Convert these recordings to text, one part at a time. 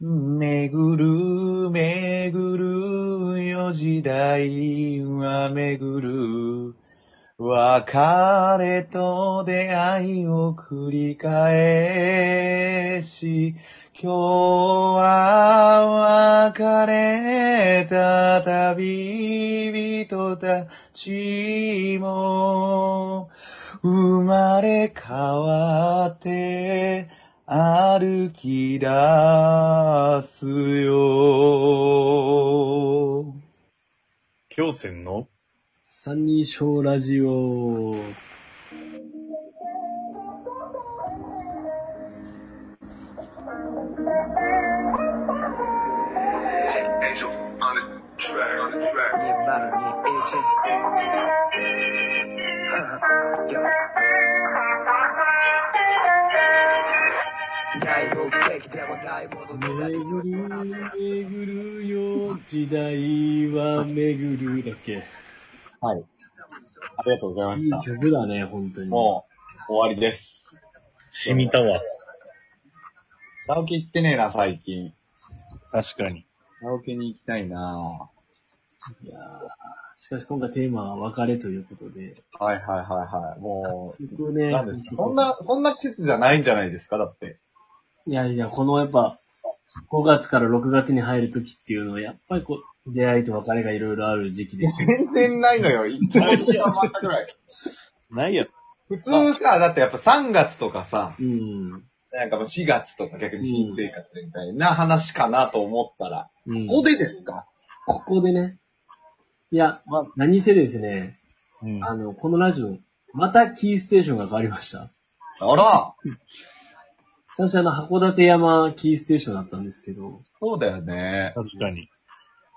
めぐる、めぐる、四時代はめぐる。別れと出会いを繰り返し、今日は別れた旅人たちも、生まれ変わって歩き出すよ。京戦の三人称ラジオ。 Angel on the track, on the track. Yeah, bottom, yeah, AJ. Huh, yo. Guy, go take that one, guy, go to 巡 the る、巡るよ、時代は巡るだっけ。はい。ありがとうございいいました。曲だね、本当に。もう、終わりです。染みたわ。直樹行ってねえな、最近。確かに。直樹に行きたいないやーしかし今回テーマは別れということで。はいはいはいはい。もすう、ごねなんですかこんな、こんな季節じゃないんじゃないですかだって。いやいや、このやっぱ、5月から6月に入る時っていうのは、やっぱりこう、出会いと別れがいろいろある時 期ですよ。全然ないのよ。一応時間もあったぐらい。ないやろ。普通さ、だってやっぱ3月とかさ、うん。なんかもう4月とか逆に新生活みたいな話かなと思ったら、うん、ここでですかここでね。いや、まあ何せですね、うん。あの、このラジオ、またキーステーションが変わりました。あら私あの、函館山キーステーションだったんですけど、そうだよね。確かに。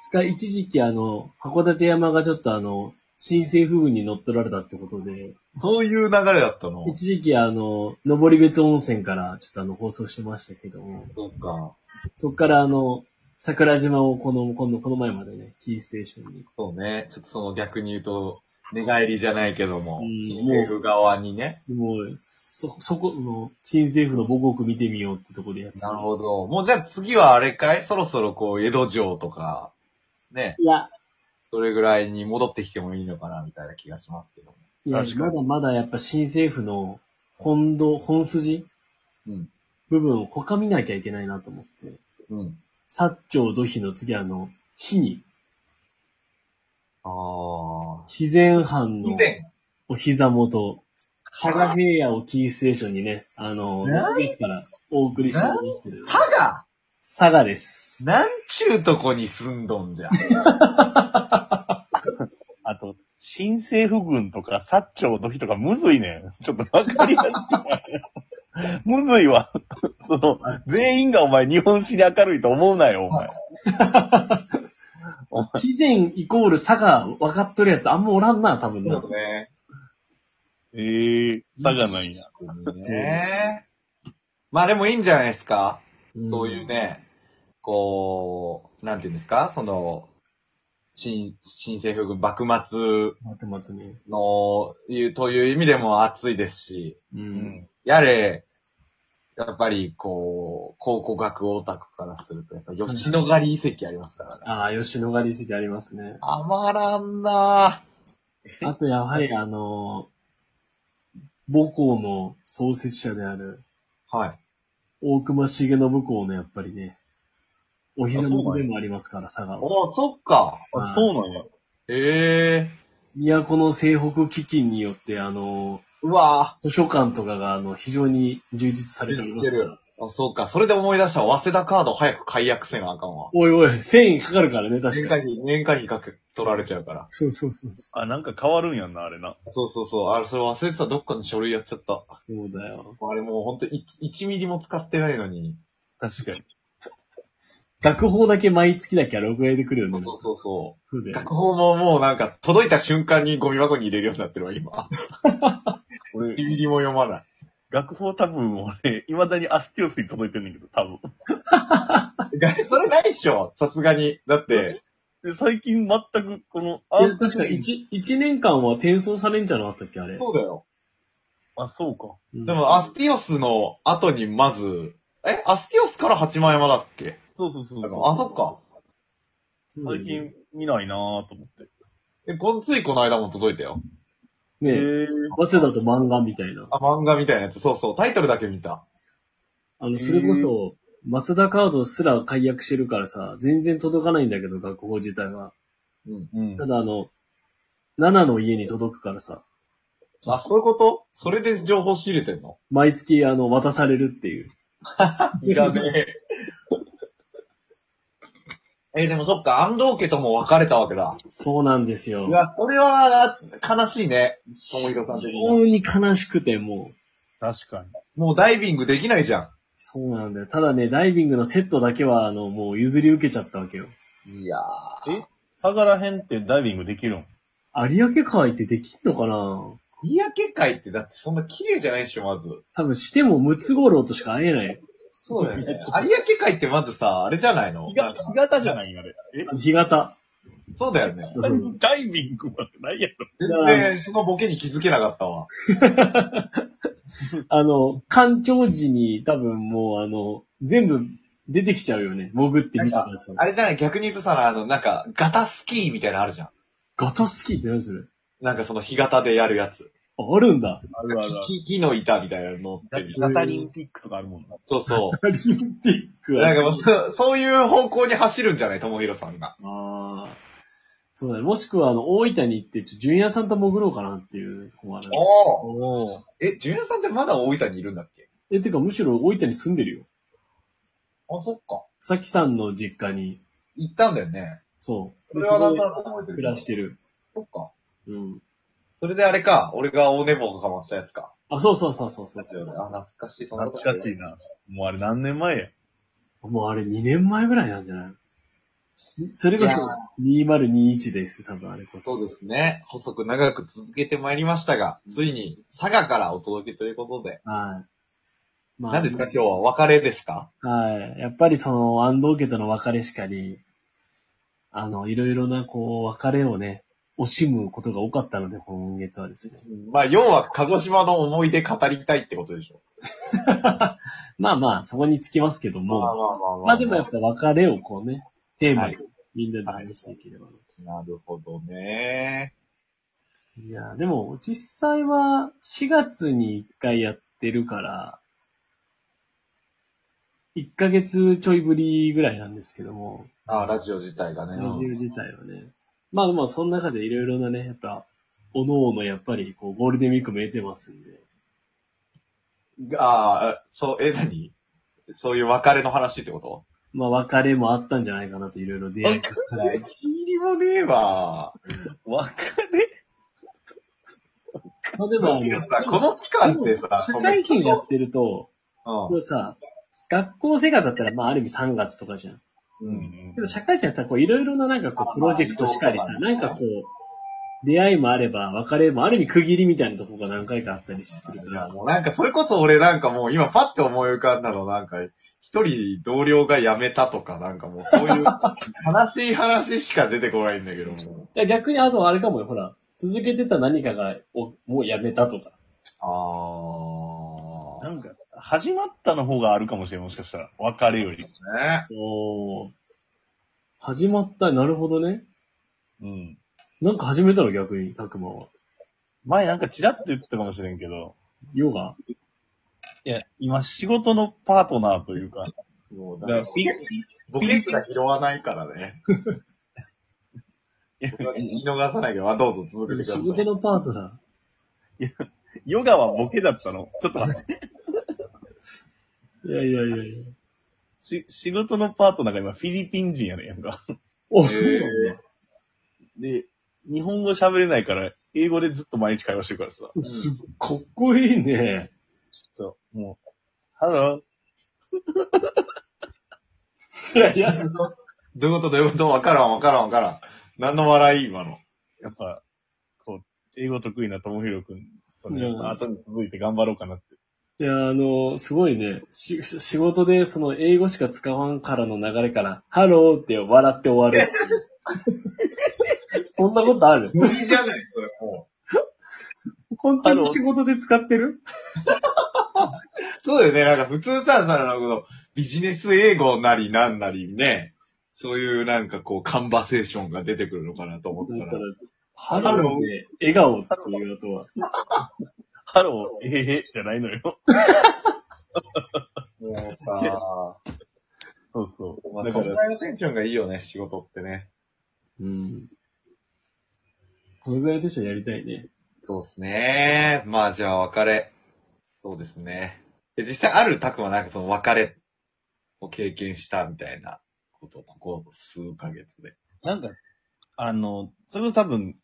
しか一時期あの、函館山がちょっとあの、新政府軍に乗っ取られたってことで、そういう流れだったの。一時期あの、登別温泉からちょっとあの、放送してましたけども、そうか。そっからあの、桜島をこの、今度この前までね、キーステーションに。そうね。ちょっとその逆に言うと、寝返りじゃないけども、うん新政府側にね。もう、そ、そこの、新政府の母国見てみようってとこでやってたなるほど。もうじゃあ次はあれかいそろそろこう、江戸城とか、ね、いや、どれぐらいに戻ってきてもいいのかなみたいな気がしますけども。いや確、かまにだまだやっぱ新政府の本道、本筋うん。部分を他見なきゃいけないなと思って。うん。薩長土肥の次あの、火に、ああ。肥前藩以の前、お膝元、加賀平野をキーステーションにね、あの、な6月からお送りしてますけど、佐賀佐賀です。なんちゅうとこに住んどんじゃ。あと、新政府軍とか、薩長土肥とか、むずいねん。ちょっとわかりやすい。むずいわ。その、全員がお前、日本史に明るいと思うなよ、お前。肥前イコール佐賀分かっとるやつあんまおらんな、多分な。ね。ええ佐賀なんや。ねえ。まあでもいいんじゃないですか、んそういう。ね、こう、なんていうんですかその、新、新政府軍幕末待ってますね。の、いう、という意味でも熱いですし、う。。うんやれ、やっぱり、こう、考古学オタクからすると、やっぱ吉野ヶ里遺跡ありますからね。ああ、吉野ヶ里遺跡ありますね。あまらんなあと、やはり、あの、母校の創設者である、ぁ。はい。大隈重信公のやっぱりね、お膝元でもありますから、佐賀は。おそっか。あ、そうなんや。ええ都の西北基金によって、あの、うわ図書館とかが、あの、非常に充実されておりますか出ら。ぁ。あ、そうか。それで思い出したわ。早稲田カード早く解約せなあかんわ。おいおい、1000円かかるからね、確年か会に。費、年会費かけ、取られちゃうから。そうそうそう。あ、なんか変わるんやんな、あれな。そうそうそう。あれ、それ忘れてた。どっかの書類やっちゃった。そうだよ。あれもうほんと1、1ミリも使ってないのに。確かに。学法だけ毎月だけ録画で来るよそうね。そうそう。そうだよ。学法ももうなんか、届いた瞬間にゴミ箱に入れるようになってるわ、今。俺1ミリも読まない。 学法多分俺、未だにアスティオスに届いてんねんけど、多分。それないっしょ、さすがに。だって、で、最近全く、この、いや確か1、一年間は転送されんじゃなかったっけ、あれ。そうだよ。あ、そうか。うんでも、アスティオスの後にまず、え、アスティオスから八万山だっけそうそうそうそう。あ、そっか。最。近見ないなぁと思って。え、こんついこの間も届いたよ。へねえ、ぇ早稲田と漫画みたいな。あ、漫画みたいなやつ。そうそう。タイトルだけ見た。あの、それこそ、松田カードすら解約してるからさ、全然届かないんだけど、学校自体は。うん。うんた。だあの、7の家に届くからさ、あ、そういうことそれで情報仕入れてんの毎月あの、渡されるっていう。いらね え。え、でもそっか、安藤家とも別れたわけだ。そうなんですよい。や、これは、悲しいね。ともひろさん的非に。常に悲しくて、もう。確かに。もうダイビングできないじゃそうなんだよ。ただね、ダイビングのセットだけは、あの、もう譲り受けちゃったわけよ。ん。いやえ相良編ってダイビングできるん有明海ってできんのかなー。有明海ってだってそんな綺麗じゃないっしょ、まず。多分してもムツゴロウとしか会えない。そうだよね。 有明海ってまずさ、あれじゃないのなんか潟じゃないあれ。え干潟。そうだよね。うんダイビングはないやろ。全うん然、そのボケに気づけなかったわ。あの、干潮時に多分もう、あの、全部出てきちゃうよね。潜って見たらさ。あれじゃない、逆に言うとさ、あの、なんか、ガタスキーみたいなのあるじゃん。ガタスキーって何それなんかその、干潟でやるやつ。ああるんだ。あるあるある。木木の板みたいなの乗ってる。ガタリンピックとかあるもんな。そうそパラリンピックう。はなんかもう、そうそういう方向に走るんじゃないともひろさんが。ああ。そうだね。もしくは、あの、大分に行って、ちょ、ジュニアさんと潜ろうかなっていうとこもある。おお。おえ、ジュニアさんってまだ大分にいるんだっけえ、てか、むしろ大分に住んでるよ。あ、そっか。さきさんの実家に、行ったんだよね。そう。それはなんとそこなく覚えてでる。暮らしてる。そっか。うん。それであれか、俺が大寝坊がかましたやつか。あ、そうそうそうそうそうですよね。あ、懐かしい。そんなこと懐かしいな。もうあれ何年前や。もうあれ2年前ぐらいなんじゃないそれこそ2021です、多分あれこそ。そうですね。細く長く続けてまいりましたが、ついに佐賀からお届けということで。はい。ま何ですか今日は別れですかはい。やっぱりその、安藤家との別れしかり、あの、いろいろな、こう、別れをね、惜しむことが多かったので、今月はですね。まあ、要は鹿児島の思い出語りたいってことでしょ。まあまあ、そこにつきますけども、まあ、まあまあまでもやっぱ別れをこうね、テーマに、はみんなで話していければなと。なるほどね。いや、でも、実際は4月に1回やってるから、1ヶ月ちょいぶりぐらいなんですけども、あラジオ自体がね。ラジオ自体はね。まあでも、その中でいろいろなね、やっぱ、おのおのやっぱり、こう、ゴールデンウィークも得てますんで。ああ、そう、え、何そういう別れの話ってことまあ、別れもあったんじゃないかなと、いろいろ出会いが。いりもねえわ。別れまあでもあ確の、かにさこの期間ってさ、社会人やってると、そこのうさ、学校生活だったら、まあ、ある意味3月とかじゃん。う。うんんでも社会人はさ、こう、いろいろななんかこあう、プロジェクトしかりまさ、あなんかこう、出会いもあれば、別れも、ある意味区切りみたいなとこが何回かあったりするかいや、ら、もうなんか、それこそ俺なんかもう今パッて思い浮かんだの、なんか、一人同僚が辞めたとか、なんかもうそう いう悲しい話しか出てこないんだけども。いや逆にあとあれかもよ、ほら、続けてた何かが、おもうやめたとか。あなんか、始まったの方があるかもしれん、もしかしたら。別れより。ー。ね。おー始まった、なるほどね。うん。なんか始めたの逆に、たくまは。前なんかチラッと言ってたかもしれんけど、ヨガいや、今仕事のパートナーというか、もうだだかかららピボケが拾わないからね。見逃さないけど、あどうぞ続けてくださ仕い。事のパートナヨガはボケだったのちょっと待って。ー。いやいやいやいや。し、仕事のパートナーが今フィリピン人やねんやんか。お、へーそうなんだ。で、日本語喋れないから、英語でずっと毎日会話してるからさ。すっかっこいいね。ちょっと、もう、ハロいやいや。どういうことどういうことわからんわからんわからん。何の笑い今の。ー。やっぱ、こう、英語得意なともひろくんとね、うん後に続いて頑張ろうかなって。いや、あの、すごいね。し仕事で、その、英語しか使わんからの流れから、ハローって笑って終わるって いう。そんなことある無理じゃないそれも本当に仕事で使ってるう。そうだよね。なんか普通さ、さ、なるほど。ビジネス英語なりなんなりね、そういうなんかこう、カンバセーションが出てくるのかなと思っだたからら。、ハローで笑顔っていうのとは、ハロー、えへへ、じゃないのよ。もうさ、そうそう。だだか、からら、らいのテンションがいいよね、仕事ってね。うん。これぐらいのテンションやりたいね。そうですね。まあじゃあ別れ。そうですね。え実際あるたくはなんかその別れを経験したみたいなこと、ここ数ヶ月で。なんか、あの、それこそ多分、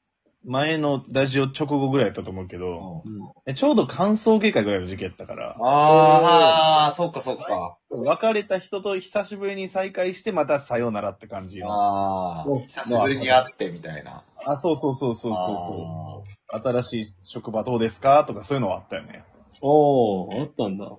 前のラジオ直後ぐらいだったと思うけど、うん。えちょうど乾燥外科ぐらいの時期やったから、ああ、そっかそっか。別れた人と久しぶりに再会して、またさようならって感じの。ああ、うん久しぶりに会ってみたいな。あ、そうそうそうそうそうそう。新しい職場どうですかとかそういうのはあったよね。おー、あったんだ。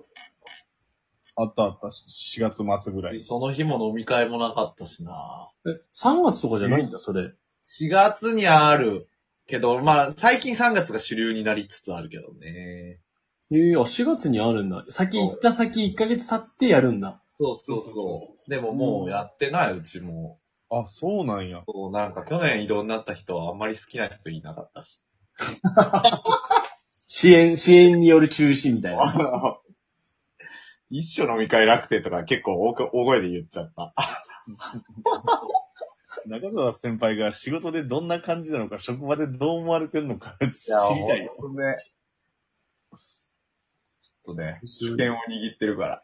あったあった、し4月末ぐらい。その日も飲み会もなかったしな。え、3月とかじゃないんだ、それ。 4月にあるけど、まあ、最近3月が主流になりつつあるけどね。ええあ、4月にあるんだ。先行った先1ヶ月経ってやるんだ。そうそうそう。でももうやってない、うちも。あ、そうなんや。そう、なんか去年異動になった人はあんまり好きな人いなかったし。支援、支援による中止みたいな。一緒飲み会楽天とか結構大こ大声で言っちゃった。中川先輩が仕事でどんな感じなのか、職場でどう思われてるのか、知いりやたいよ。ほんとね。ちょっとね、主権を握ってるから。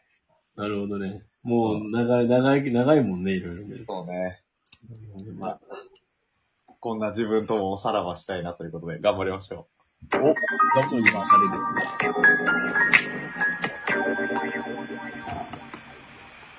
なるほどね。もう、長い、長い、長いもんね、いろいろね。そうね。こんな自分ともおさらばしたいなということで、頑張りましょどこに分かれですね。う。